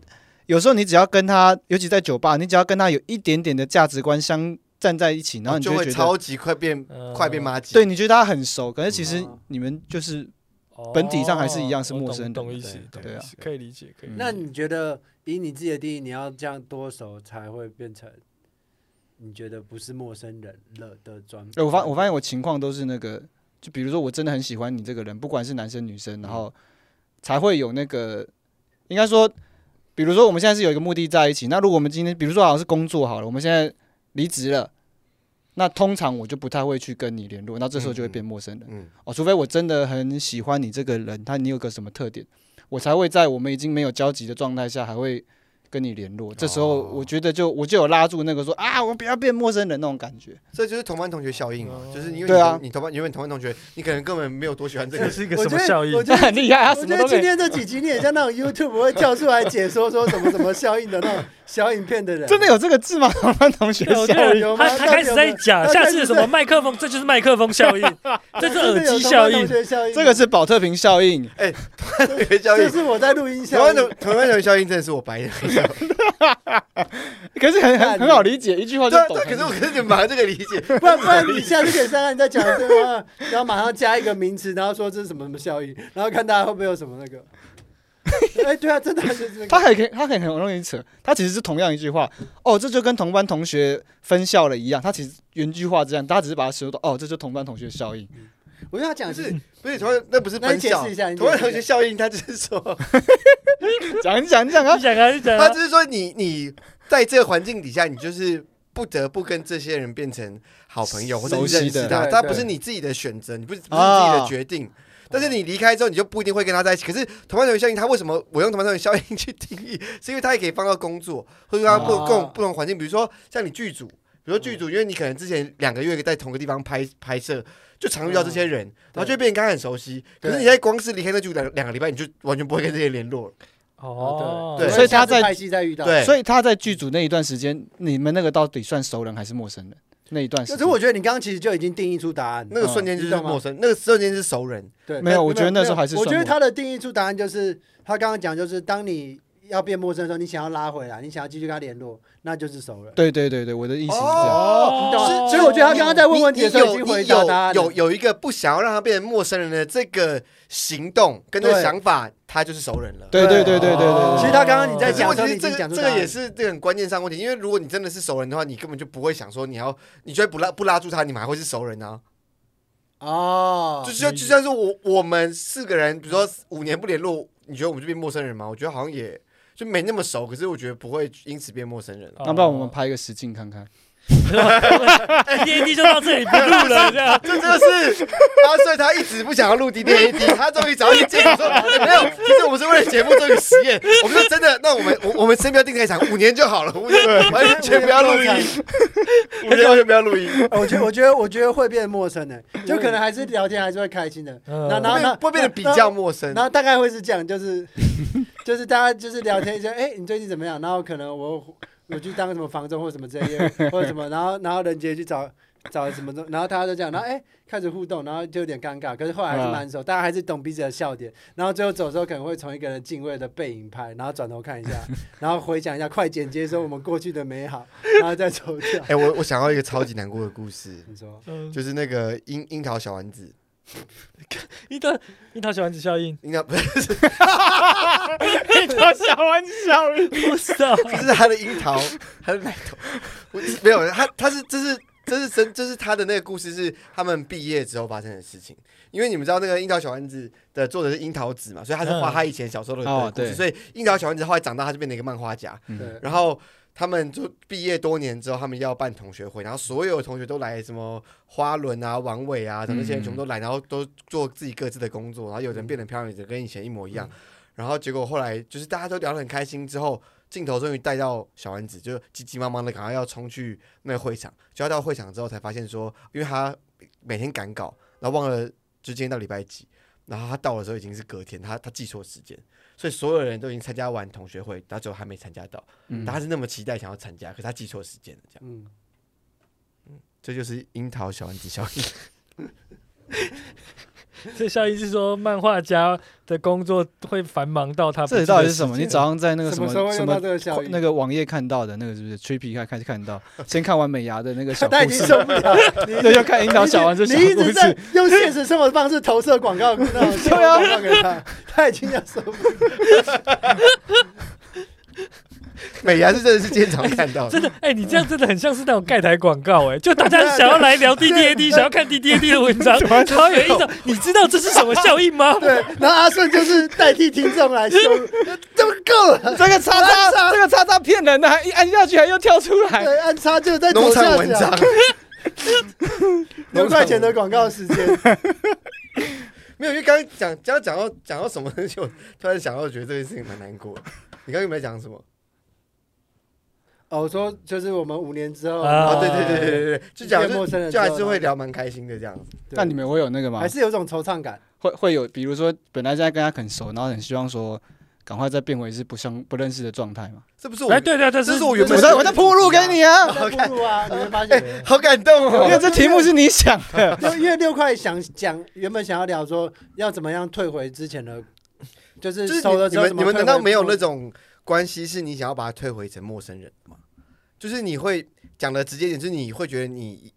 Speaker 2: 有时候你只要跟他，尤其在酒吧，你只要跟他有一点点的价值观相站在一起，然后你
Speaker 3: 就
Speaker 2: 哦会
Speaker 3: 会
Speaker 2: 觉得，
Speaker 3: 超级快变
Speaker 4: 嗯
Speaker 3: 快变妈鸡。
Speaker 2: 对，你觉得他很熟，可是其实
Speaker 1: 嗯
Speaker 2: 你们就是
Speaker 4: 哦
Speaker 2: 本体上还是一样是
Speaker 4: 我懂
Speaker 2: 陌生人
Speaker 4: 懂意
Speaker 2: 对
Speaker 4: 思，懂
Speaker 2: 对
Speaker 4: 意
Speaker 2: 啊
Speaker 4: 思，可以理解，可以理解。
Speaker 1: 那你觉得以你自己的定义，你要这样多熟才会变成你觉得不是陌生人了的专？
Speaker 2: 哎，我发我发现我情况都是那个，就比如说我真的很喜欢你这个人，不管是男生女生，
Speaker 3: 嗯
Speaker 2: 然后才会有那个，应该说，比如说我们现在是有一个目的在一起，那如果我们今天，比如说好像是工作好了，我们现在离职了，那通常我就不太会去跟你联络，那这时候就会变陌生人
Speaker 3: 嗯，
Speaker 2: 哦，除非我真的很喜欢你这个人，他你有个什么特点，我才会在我们已经没有交集的状态下还会。跟你联络，这时候
Speaker 3: 哦
Speaker 2: 我觉得就我就有拉住那个说啊，我不要变陌生人那种感觉。
Speaker 3: 这就是同班同学效应啊，就是因为你
Speaker 2: 对啊
Speaker 3: 你同班原本同班同学，你可能根本没有多喜欢这个
Speaker 4: 这
Speaker 3: 人，
Speaker 4: 是一个
Speaker 1: 我
Speaker 4: 什
Speaker 1: 觉
Speaker 4: 么
Speaker 1: 得
Speaker 4: 效应
Speaker 1: 我？觉得
Speaker 2: 很厉害啊，什
Speaker 1: 我
Speaker 2: 么
Speaker 1: 觉得
Speaker 2: 都可
Speaker 1: 今
Speaker 2: 以。
Speaker 1: 天这几集你也像那种 YouTube 会跳出来解说说什么什么效应的那 种小影片的人，
Speaker 2: 真的有这个字吗？同班同学
Speaker 4: 对我觉
Speaker 2: 效
Speaker 4: 得
Speaker 2: 应，
Speaker 1: 有吗
Speaker 4: 他他开始在讲
Speaker 1: 那开
Speaker 4: 下
Speaker 1: 始
Speaker 4: 次
Speaker 1: 在
Speaker 4: 什么麦克风，这 就是麦克风效应，这
Speaker 1: 真
Speaker 4: 是
Speaker 1: 的
Speaker 4: 耳
Speaker 1: 有同
Speaker 4: 机效
Speaker 1: 班同
Speaker 4: 应。
Speaker 1: 学效应，
Speaker 2: 这个是保特瓶效应。
Speaker 3: 同班同学效应
Speaker 1: 这，是我在录音
Speaker 3: 同
Speaker 1: 效
Speaker 3: 班
Speaker 1: 应
Speaker 3: 同。同班同学效应真的是啊我白人。
Speaker 2: 可是很
Speaker 1: 那
Speaker 2: 很
Speaker 1: 你
Speaker 2: 很好理解，一句话就
Speaker 3: 对啊，
Speaker 2: 懂
Speaker 3: 对啊。可是我可是你马上就可以理解，
Speaker 1: 不然不然你下次可以上岸再讲一次吗？ 然后马上加一个名词，然后说这是什么什么效应，然后看大家会不会有什么那个。哎、对啊，真的就是那
Speaker 2: 他
Speaker 1: 个。
Speaker 2: 很可以，他很很容易扯。他其实是同样一句话，哦，这就跟同班同学分校了一样。他其实原句话这样，他只是把它说到，哦，这就同班同学效应。
Speaker 1: 我觉得他讲
Speaker 3: 不
Speaker 1: 的
Speaker 3: 是不是同班那不是
Speaker 1: 那
Speaker 3: 分
Speaker 1: 你解
Speaker 3: 校
Speaker 1: 释一，下，你
Speaker 3: 同班同
Speaker 1: 解释
Speaker 3: 学
Speaker 1: 一下
Speaker 3: 效应，他就是说，
Speaker 2: 讲你讲你讲啊
Speaker 4: 你，讲啊，你讲
Speaker 3: 他
Speaker 4: 啊
Speaker 3: 就，是说你你在这个环境底下，你就是不得不跟这些人变成好朋友或者你
Speaker 2: 熟悉的
Speaker 3: 认识他，
Speaker 1: 对
Speaker 3: 他
Speaker 1: 对
Speaker 3: 不是你自己的选择，你不是不是你自己
Speaker 2: 啊
Speaker 3: 的决定。但是你离开之后，你就不一定会跟他在一起。可是同伴同学效应，他为什么我用同伴同学效应去定义？是因为他也可以放到工作，或者他不
Speaker 1: 哦
Speaker 2: 啊
Speaker 3: 共不同环境，比如说像你剧组，比如说剧组，因为你可能之前两个月在同个地方拍拍摄，就常遇到这些人，
Speaker 2: 嗯
Speaker 3: 然后就会变得跟他很熟悉。可是你现在光是离开那剧组两两个礼拜，你就完全不会跟这些人联络了。
Speaker 4: 哦，
Speaker 3: 对
Speaker 2: 所以他
Speaker 1: 下次
Speaker 2: 在
Speaker 1: 拍戏再遇到，
Speaker 3: 对
Speaker 2: 所以他在剧组那一段时间，你们那个到底算熟人还是陌生人？那一段时
Speaker 1: 可
Speaker 2: 间，
Speaker 1: 是我觉得你刚刚其实就已经定义出答案，
Speaker 3: 那个瞬间就
Speaker 1: 嗯你
Speaker 3: 是
Speaker 1: 懂吗
Speaker 3: 陌生，那个瞬间是熟人。
Speaker 1: 对，
Speaker 2: 没有我觉得那时候
Speaker 1: 没有
Speaker 2: 还是
Speaker 1: 我觉
Speaker 2: 算
Speaker 1: 得
Speaker 2: 陌
Speaker 1: 他的定义出答案就是他刚刚讲，就是当你要变陌生的时候，你想要拉回来，你想要继续跟他联络，那就是熟人。
Speaker 2: 对对对对，我的意思是这样。
Speaker 4: 哦
Speaker 1: 你懂
Speaker 4: 是
Speaker 1: 吗？所以我觉得他刚刚在问
Speaker 3: 你
Speaker 1: 问题的时候已
Speaker 3: 你
Speaker 1: 经
Speaker 3: 有
Speaker 1: 回答答案
Speaker 3: 你有有
Speaker 1: 了。
Speaker 3: 有一个不想要让他变成陌生人的这个行动跟这个
Speaker 1: 对
Speaker 3: 想法，他就是熟人了。
Speaker 2: 对对对对对对
Speaker 4: 哦
Speaker 1: 其
Speaker 2: 对
Speaker 1: 实他刚刚你在
Speaker 3: 可是
Speaker 1: 讲
Speaker 3: 问
Speaker 1: 的时候，你
Speaker 3: 题是
Speaker 1: 已
Speaker 3: 这
Speaker 1: 经
Speaker 3: 个
Speaker 1: 讲出
Speaker 3: 这
Speaker 1: 答案
Speaker 3: 个也是这个很关键上问题，因为如果你真的是熟人的话，你根本就不会想说你要，你就会不拉不拉住他，你们还会是熟人啊？
Speaker 1: 哦
Speaker 3: 就，就就算是我我们四个人，比如说五年不联络，你觉得我们就变陌生人吗？我觉得好像也就没那么熟，可是我觉得不会因此变陌生人了。
Speaker 2: 那不然我
Speaker 4: 哦
Speaker 2: 们拍一个实境看看。
Speaker 4: D A D 哎就到这里不录了，这样。
Speaker 3: 这就是他，所以他一直不想要录 D D A D，他终于找到一件说没有，其实我们是为了节目做一个实验，我们就真的，那我们我我们先不要定开场，五年就好了，五年完全不要录音，五年完全不要录音，
Speaker 1: 我觉得我觉得我觉得会变陌生的，就可能还是聊天还是会开心的。
Speaker 4: 嗯
Speaker 1: 那那
Speaker 3: 会变会变得比较陌生
Speaker 1: 然。后大概会是这样，就是 就是大家就是聊天一下，哎，你最近怎么样？然后可能我我去当什么房东或什么之类 的，或者什么，然后然后人杰去找找什么东，然后大家就这样，然后哎开始互动，然后就有点尴尬，可是后来还是蛮
Speaker 2: 啊
Speaker 1: 熟，大家还是懂彼此的笑点，然后最后走的时候可能会从一个人敬畏的背影拍，然后转头看一下， 然后回想一下，快剪接说我们过去的美好，然后再走掉
Speaker 3: 哎、。我我想要一个超级难过的故事，
Speaker 1: 你说
Speaker 4: 嗯，
Speaker 3: 就是那个樱樱桃小丸子，
Speaker 4: 樱桃樱桃小丸子 效应，
Speaker 3: 樱桃不是
Speaker 4: 樱桃小丸子效应， 不是啊，
Speaker 3: 就是他的樱桃，他的奶 头，我没有他，他是这是这是真，这是他的那个故事是他们毕业之后发生的事情。因为你们知道那个樱桃小丸子的作者是樱桃子嘛，所以他是画
Speaker 4: 嗯
Speaker 3: 他以前小时候的
Speaker 2: 哦
Speaker 3: 的故事，
Speaker 2: 对
Speaker 3: 所以樱桃小丸子后来长大，他就变成一个漫画家。
Speaker 2: 嗯
Speaker 1: 对，
Speaker 3: 然后他们就毕业多年之后，他们要办同学会，然后所有同学都来，什么花轮啊、王伟啊，等那些人
Speaker 2: 嗯
Speaker 3: 全部都来，然后都做自己各自的工作，然后有人变得漂亮，有人跟以前一模一样。嗯然后结果后来就是大家都聊得很开心之后，镜头终于带到小丸子，就急急忙忙的赶快要冲去那个会场。就要到会场之后才发现说，因为他每天赶稿，然后忘了就今天到礼拜几，然后他到的时候已经是隔天，他他记错时间，所以所有人都已经参加完同学会，然后最后还没参加到。
Speaker 2: 嗯
Speaker 3: 他是那么期待想要参加，可是他记错时间了，这样，
Speaker 1: 嗯，
Speaker 3: 这就是樱桃小丸子效应。
Speaker 4: 这效应是说漫画家的工作会繁忙到他不记
Speaker 2: 这里
Speaker 4: 得
Speaker 2: 到底是什么？
Speaker 4: 时
Speaker 2: 你
Speaker 4: 间
Speaker 2: 早上在那个
Speaker 1: 什
Speaker 2: 么
Speaker 1: 时候会
Speaker 2: 什
Speaker 1: 用到
Speaker 2: 么
Speaker 1: 这个效应
Speaker 2: 那？个网页看到的那个是不是 t r i p 开始看 到，先看完美牙的那个小
Speaker 1: 他已
Speaker 2: 故
Speaker 1: 经
Speaker 2: 事，
Speaker 1: 受不了，你
Speaker 2: 那就看樱桃小丸子小
Speaker 1: 你一
Speaker 2: 故
Speaker 1: 直在
Speaker 2: 事。
Speaker 1: 用现实生活的方式投射广 告，那种效
Speaker 3: 啊
Speaker 1: 果广告给他，他已经要受不了。
Speaker 3: 美牙是真的是经常看到的，
Speaker 4: 真的，哎、你这样真的很像是那种盖台广告、 哎，就大家想要来聊 D D A D，想要看 D D A D 的文 章，然后有一种，你知道这是什么效应 吗？
Speaker 1: 对，然后阿顺就是代替听众来羞 辱，这么够了。
Speaker 2: 这个叉 叉，这个叉叉骗人的，还一按下去还又跳出来。
Speaker 1: 对，安插就在
Speaker 3: 农
Speaker 1: 投
Speaker 3: 场
Speaker 1: 下
Speaker 3: 文章
Speaker 1: 奖，，六块钱的广告时间。
Speaker 3: 没有，因为刚刚讲刚刚讲到讲到什么东西，我突然想到，觉得这件事情蛮难过的。你刚刚有没有讲什么？
Speaker 1: 哦，我说就是我们五年之后，
Speaker 4: 啊
Speaker 3: 哦，对对对对对对，就讲
Speaker 1: 变陌生
Speaker 3: 就
Speaker 1: 人
Speaker 3: 就还
Speaker 1: 之
Speaker 3: 是
Speaker 1: 后
Speaker 3: 会聊蛮开心的这样子。
Speaker 1: 对
Speaker 2: 那你们会有那个吗
Speaker 1: 还？是有种惆怅感。
Speaker 2: 会会有，比如说本来现在跟他很熟，然后很希望说赶快再变回是不相不认识的状态嘛。
Speaker 3: 这不是我
Speaker 4: 哎，，对对对，
Speaker 3: 这
Speaker 4: 是
Speaker 3: 是哦我原
Speaker 2: 我
Speaker 3: 本
Speaker 2: 在我在铺路给你啊，
Speaker 1: 在步入啊，你会发现。
Speaker 3: 哎，好感动
Speaker 2: 因为
Speaker 3: 哦。
Speaker 2: 这题目是你想 的。
Speaker 1: 六因为六块想讲，原本想要聊说要怎么样退回之前的，就是
Speaker 3: 就是
Speaker 1: 收了
Speaker 3: 你
Speaker 1: 之后
Speaker 3: 们
Speaker 1: 怎么
Speaker 3: 你们
Speaker 1: 退
Speaker 3: 难道
Speaker 1: 回
Speaker 3: 没有
Speaker 1: 步
Speaker 3: 那种关系是你想要把它退回成陌生人吗？就是你会讲的直接一点，就是你会觉得你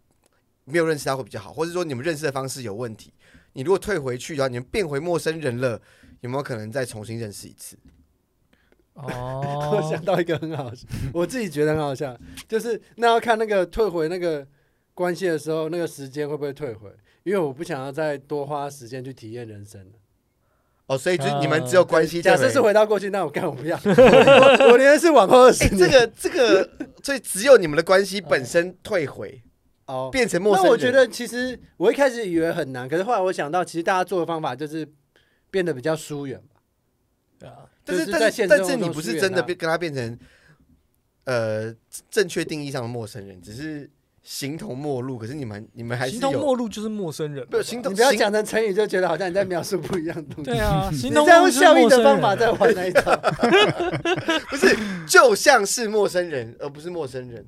Speaker 3: 没有认识他会比较好，或者说你们认识的方式有问题。你如果退回去，然后你们变回陌生人了，有没有可能再重新认识一次？
Speaker 1: 我
Speaker 4: 哦
Speaker 1: 想，到一个很好 笑，我自己觉得很好笑，就是那要看那个退回那个关系的时候，那个时间会不会退回，因为我不想要再多花时间去体验人生了。
Speaker 3: 哦，所以就是
Speaker 4: 啊
Speaker 3: 你们只有关系退
Speaker 1: 假
Speaker 3: 回。
Speaker 1: 设是回到过去，那我干我 不要，我我宁愿是往后二十
Speaker 3: 哎，
Speaker 1: 年。
Speaker 3: 这个这个，所以只有你们的关系本身退回
Speaker 1: 哦，
Speaker 3: 变成陌 生
Speaker 1: 那
Speaker 3: 人。
Speaker 1: 我觉得其实我一开始以为很难，可是后来我想到，其实大家做的方法就是变得比较疏远吧。
Speaker 4: 对啊
Speaker 3: 但
Speaker 1: 就是是
Speaker 3: 但
Speaker 1: 在
Speaker 3: 是
Speaker 1: 现
Speaker 3: 但
Speaker 1: 实
Speaker 3: 是
Speaker 1: 生活中
Speaker 3: 你不
Speaker 1: 疏
Speaker 3: 是
Speaker 1: 远
Speaker 3: 真的
Speaker 1: 啊
Speaker 3: 变跟他变成呃正确定义上的陌生人，只是形同陌路。可是你们你们还是
Speaker 4: 形同
Speaker 3: 有
Speaker 4: 陌路就是陌生人，
Speaker 3: 不形
Speaker 1: 你
Speaker 3: 同
Speaker 1: 不要
Speaker 3: 形
Speaker 1: 讲成成语，就觉得好像你在描述不一样的东西。
Speaker 4: 对 啊，
Speaker 1: 你
Speaker 4: 形同
Speaker 1: 这样
Speaker 4: 陌路
Speaker 1: 用
Speaker 4: 就是
Speaker 1: 效应
Speaker 4: 陌生
Speaker 1: 的
Speaker 4: 人
Speaker 1: 方法在玩那一 套，
Speaker 3: 不是就像是陌生人，而不是陌生人。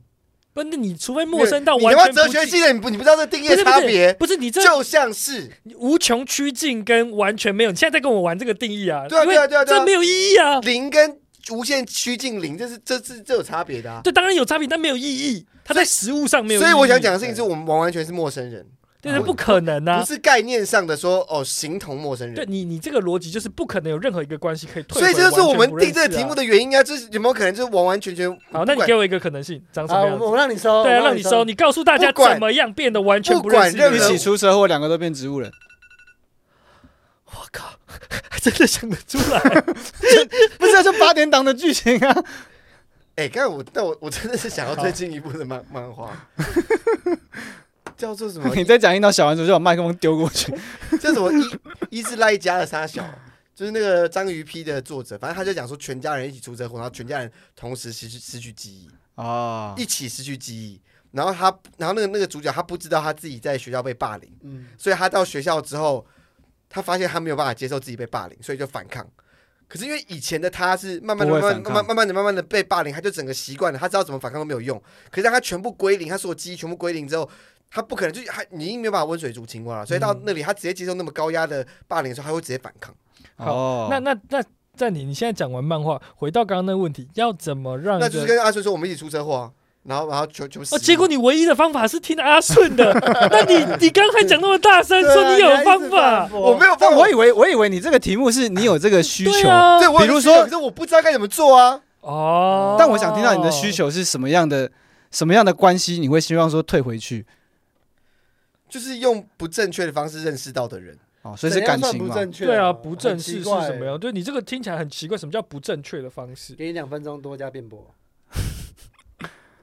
Speaker 4: 不，那你除非陌生到
Speaker 3: 你他
Speaker 4: 完
Speaker 3: 妈
Speaker 4: 全不
Speaker 3: 哲学
Speaker 4: 进
Speaker 3: 系的，你不你不知道这定义
Speaker 4: 不是
Speaker 3: 的
Speaker 4: 不
Speaker 3: 差
Speaker 4: 是
Speaker 3: 别，
Speaker 4: 不是你这
Speaker 3: 就像是
Speaker 4: 无穷趋近跟完全没有，你现在在跟我玩这个定义啊？
Speaker 3: 对啊
Speaker 4: 因为
Speaker 3: 对啊对啊对啊
Speaker 4: 这没有意义啊！
Speaker 3: 零跟无限趋近零，这是这是这有差别的啊。
Speaker 4: 这当然有差别，但没有意义，它在实物上没有意义。
Speaker 3: 所以我想讲的事情是我们完完全是陌生人，
Speaker 4: 对，就是不可能啊
Speaker 3: 不！是概念上的说哦形同陌生
Speaker 4: 对
Speaker 3: 人。
Speaker 4: 你，你这个逻辑就是不可能有任何一个关系可以退
Speaker 3: 所
Speaker 4: 回完
Speaker 3: 以
Speaker 4: 全
Speaker 3: 这
Speaker 4: 不认识啊。
Speaker 3: 就是我们定这个题目的原因啊，就是有没有可能就是完完全全
Speaker 4: 好，那
Speaker 3: 不
Speaker 4: 你
Speaker 3: 管
Speaker 4: 给我一个可能性，长什
Speaker 1: 好，
Speaker 4: 么
Speaker 1: 我
Speaker 4: 样
Speaker 1: 们
Speaker 4: 子？
Speaker 1: 我让你收，
Speaker 4: 对啊，
Speaker 1: 我
Speaker 4: 让你收，。你告诉大家
Speaker 3: 不管
Speaker 4: 怎么样变得完全
Speaker 3: 不
Speaker 4: 认
Speaker 3: 管
Speaker 4: 识的
Speaker 3: 任
Speaker 2: 一
Speaker 3: 何
Speaker 2: 起
Speaker 4: 人。
Speaker 2: 出车祸，两个都变植物人，
Speaker 4: 我靠，真的想得出 来？
Speaker 2: 不是、啊、就八点档的剧情 啊？
Speaker 3: 哎，刚才我但我我真的是想要最进一步的漫漫画，叫做什么？
Speaker 2: 你再讲一到小丸子，我就把麦克风丢过去。
Speaker 3: 这是我一一是赖家的沙小，就是那个章鱼批的作者，反正他就讲说全家人一起出车祸，然后全家人同时失去失去记忆，
Speaker 2: 啊，
Speaker 3: 一起失去记忆。然后他，然后那个那个主角他不知道他自己在学校被霸凌，
Speaker 1: 嗯，
Speaker 3: 所以他到学校之后，他发现他没有办法接受自己被霸凌，所以就反抗。可是因为以前的他是慢慢
Speaker 2: 不
Speaker 3: 的、
Speaker 2: 会
Speaker 3: 慢
Speaker 2: 反
Speaker 3: 慢、
Speaker 2: 抗
Speaker 3: 慢慢、慢慢的、慢慢的被霸凌，他就整个习惯了，他知道怎么反抗都没有用。可是当他全部归零，他所有记忆全部归零之后，他不可能就是他，你已经没有办法温水煮青蛙了。所以到那里，他直接接受那么高压的霸凌的时候，他会直接反抗。
Speaker 4: 好
Speaker 2: 哦，
Speaker 4: 那那那暂停，你现在讲完漫画，回到刚刚那个问题，要怎么让
Speaker 3: 那
Speaker 4: 一个
Speaker 3: 就是跟阿顺说，我们一起出车祸、啊，然后然后全全部死
Speaker 4: 哦，
Speaker 3: 了。
Speaker 4: 结果你唯一的方法是听阿顺 的，那你你刚才讲那么大声，
Speaker 3: 啊
Speaker 4: 说啊你有方法，
Speaker 3: 我没有办
Speaker 2: 但
Speaker 3: 法，
Speaker 2: 我以为我以为你这个题目是你有这个需
Speaker 4: 对
Speaker 2: 求，
Speaker 4: 啊，
Speaker 3: 对，我有
Speaker 2: 比如
Speaker 3: 需求
Speaker 2: 说
Speaker 3: 可是我不知道该怎么做啊。
Speaker 4: 哦，
Speaker 2: 但我想听到你的需，求是什么样的，什么样的关系你会希望说退回去？
Speaker 3: 就是用不正确的方式认识到的人，
Speaker 2: 哦，所以是感情
Speaker 1: 不
Speaker 2: 嘛？
Speaker 1: 正确，
Speaker 4: 对啊，不正式
Speaker 1: 很奇
Speaker 4: 是
Speaker 1: 怪
Speaker 4: 什么？样？对你啊这个听起来很奇怪，什么叫不正确的方式？
Speaker 1: 给你两分钟多加辩驳。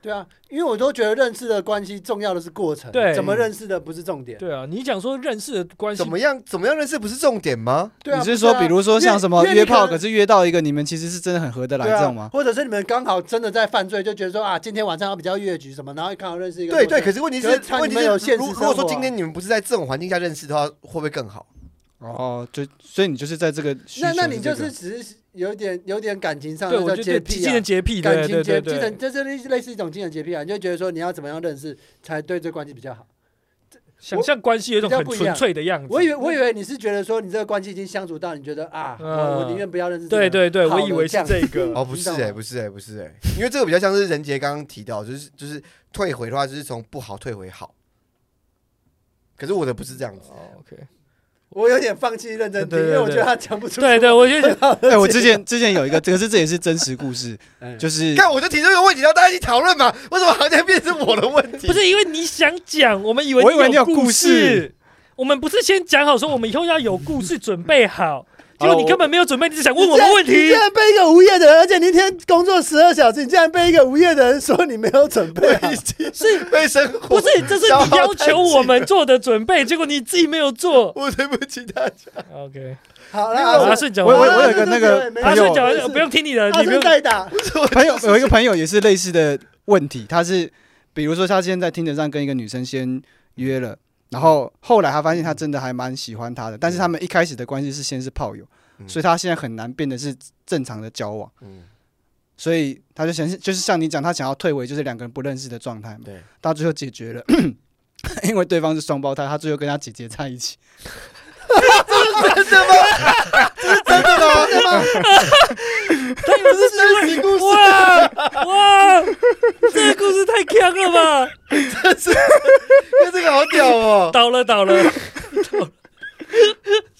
Speaker 1: 对啊，因为我都觉得认识的关系重要的是过程，
Speaker 4: 对
Speaker 1: 怎么认识的不是重点。
Speaker 4: 对啊，你讲说认识的关系
Speaker 3: 怎，么样怎么样认识不是重点吗？
Speaker 1: 对啊，
Speaker 2: 你是
Speaker 1: 不
Speaker 2: 说
Speaker 1: 啊
Speaker 2: 比如说像什么
Speaker 1: 因为因为
Speaker 2: 约
Speaker 1: 你
Speaker 2: 炮，
Speaker 1: 可
Speaker 2: 可
Speaker 1: 能
Speaker 2: 是约到一个你们其实是真的很合得来
Speaker 1: 对啊
Speaker 2: 这种吗？
Speaker 1: 或者是你们刚好真的在犯罪，就觉得说啊，今天晚上要比较越局什么，然后刚好认识一个
Speaker 3: 对对，可
Speaker 1: 是
Speaker 3: 是问题是
Speaker 1: 可是他
Speaker 3: 问题
Speaker 1: 你们有
Speaker 3: 是，
Speaker 1: 现
Speaker 3: 如
Speaker 1: 实
Speaker 3: 如果
Speaker 1: 生
Speaker 3: 说
Speaker 1: 活啊
Speaker 3: 今天你们不是在这种环境下认识的话，会不会更好？
Speaker 2: 哦，就所以你就是在这个需求
Speaker 1: 那
Speaker 2: 这个、
Speaker 1: 那你就是只是有点有点感情上
Speaker 4: 对
Speaker 1: 的
Speaker 4: 我
Speaker 1: 叫
Speaker 4: 觉
Speaker 1: 洁
Speaker 4: 得
Speaker 1: 癖
Speaker 4: 精
Speaker 1: 啊
Speaker 4: 神。洁癖，
Speaker 1: 感
Speaker 4: 对
Speaker 1: 情
Speaker 4: 对
Speaker 1: 洁
Speaker 4: 对
Speaker 1: 精
Speaker 4: 对
Speaker 1: 神，，这是类类似一种精神洁癖啊，你就觉得说你要怎么样认识才对这关系比较好。
Speaker 4: 想象关系有一种很
Speaker 1: 比较不一样
Speaker 4: 纯粹的样子。
Speaker 1: 我以为我以为你是觉得说你这个关系已经相处到你觉得啊，
Speaker 4: 嗯
Speaker 1: 我我宁愿不要认识这个
Speaker 4: 对
Speaker 1: 人。
Speaker 4: 对对，
Speaker 1: 好
Speaker 4: 我
Speaker 1: 的
Speaker 4: 以为是
Speaker 1: 这
Speaker 4: 这 个，
Speaker 3: 哦，不是
Speaker 1: 你知道
Speaker 3: 哎、
Speaker 1: 吗
Speaker 3: 不是哎、不是 哎、因为这个比较像是任杰刚刚提到，就是就是退回的话，就是从不好退回好。可是我的不是这样子，
Speaker 4: 哦，OK，
Speaker 1: 我有点放弃认真听，
Speaker 4: 对对
Speaker 1: 因
Speaker 4: 对
Speaker 1: 为我觉得他讲不出。
Speaker 4: 对对， 我就想
Speaker 2: 哎、我之前之前有一个，可是这也是真实 故事，
Speaker 1: 对
Speaker 2: 就是
Speaker 3: 看我就提出一个问题，让大家一起讨论嘛，为什么好像变成我的问题？
Speaker 4: 不是因为你想讲，我们以为
Speaker 2: 我以为你有
Speaker 4: 有
Speaker 2: 故事
Speaker 4: 事，我们不是先讲好说我们以后要有故事准备 好，结
Speaker 2: 好了
Speaker 4: 果你
Speaker 2: 我
Speaker 4: 根本没有准备，你只想问我们问
Speaker 1: 你
Speaker 4: 题
Speaker 1: 竟。然被一个无业的人，而且你一天工作十二小时，你竟然被一个无业的人说你没有准备好，
Speaker 4: 是
Speaker 3: 为生活
Speaker 4: 不是？这是
Speaker 3: 消耗
Speaker 4: 你要
Speaker 3: 殆尽
Speaker 4: 求 我们做的准备，结果你自己没有做。
Speaker 3: 我对不起大家。
Speaker 4: OK，
Speaker 1: 好了，
Speaker 3: 没有
Speaker 1: 阿
Speaker 4: 阿
Speaker 1: 顺
Speaker 4: 顺啊讲
Speaker 2: 哦我
Speaker 4: 完
Speaker 2: 我
Speaker 4: 了，
Speaker 2: 我有一个那个
Speaker 4: 阿
Speaker 2: 朋
Speaker 4: 顺
Speaker 2: 友
Speaker 4: 讲完了，不用听你的，
Speaker 1: 阿
Speaker 4: 你不
Speaker 1: 顺
Speaker 4: 用。
Speaker 1: 代打，
Speaker 2: 朋友有一个朋友也是类似的问题，他是比如说他现在在听着上跟一个女生先约了，然后后来他发现他真的还蛮喜欢她的，但是他们一开始的关系是先是炮友，
Speaker 3: 嗯
Speaker 2: 所以他现在很难变得是正常的交往，
Speaker 3: 嗯，
Speaker 2: 所以他就想就是像你讲，他想要退回就是两个人不认识的状态嘛，
Speaker 3: 对，
Speaker 2: 到最后解决了。 因为对方是双胞胎，他最后跟他姐姐在一起。
Speaker 3: 真的吗？
Speaker 4: 他以为是真实故事。哇 哇，这个故事太强了吧！
Speaker 3: 那这个好屌哦！
Speaker 4: 倒 了倒了倒了，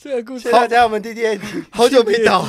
Speaker 4: 这个故事
Speaker 1: 谢谢大家，我们 D D A
Speaker 3: 好久没到，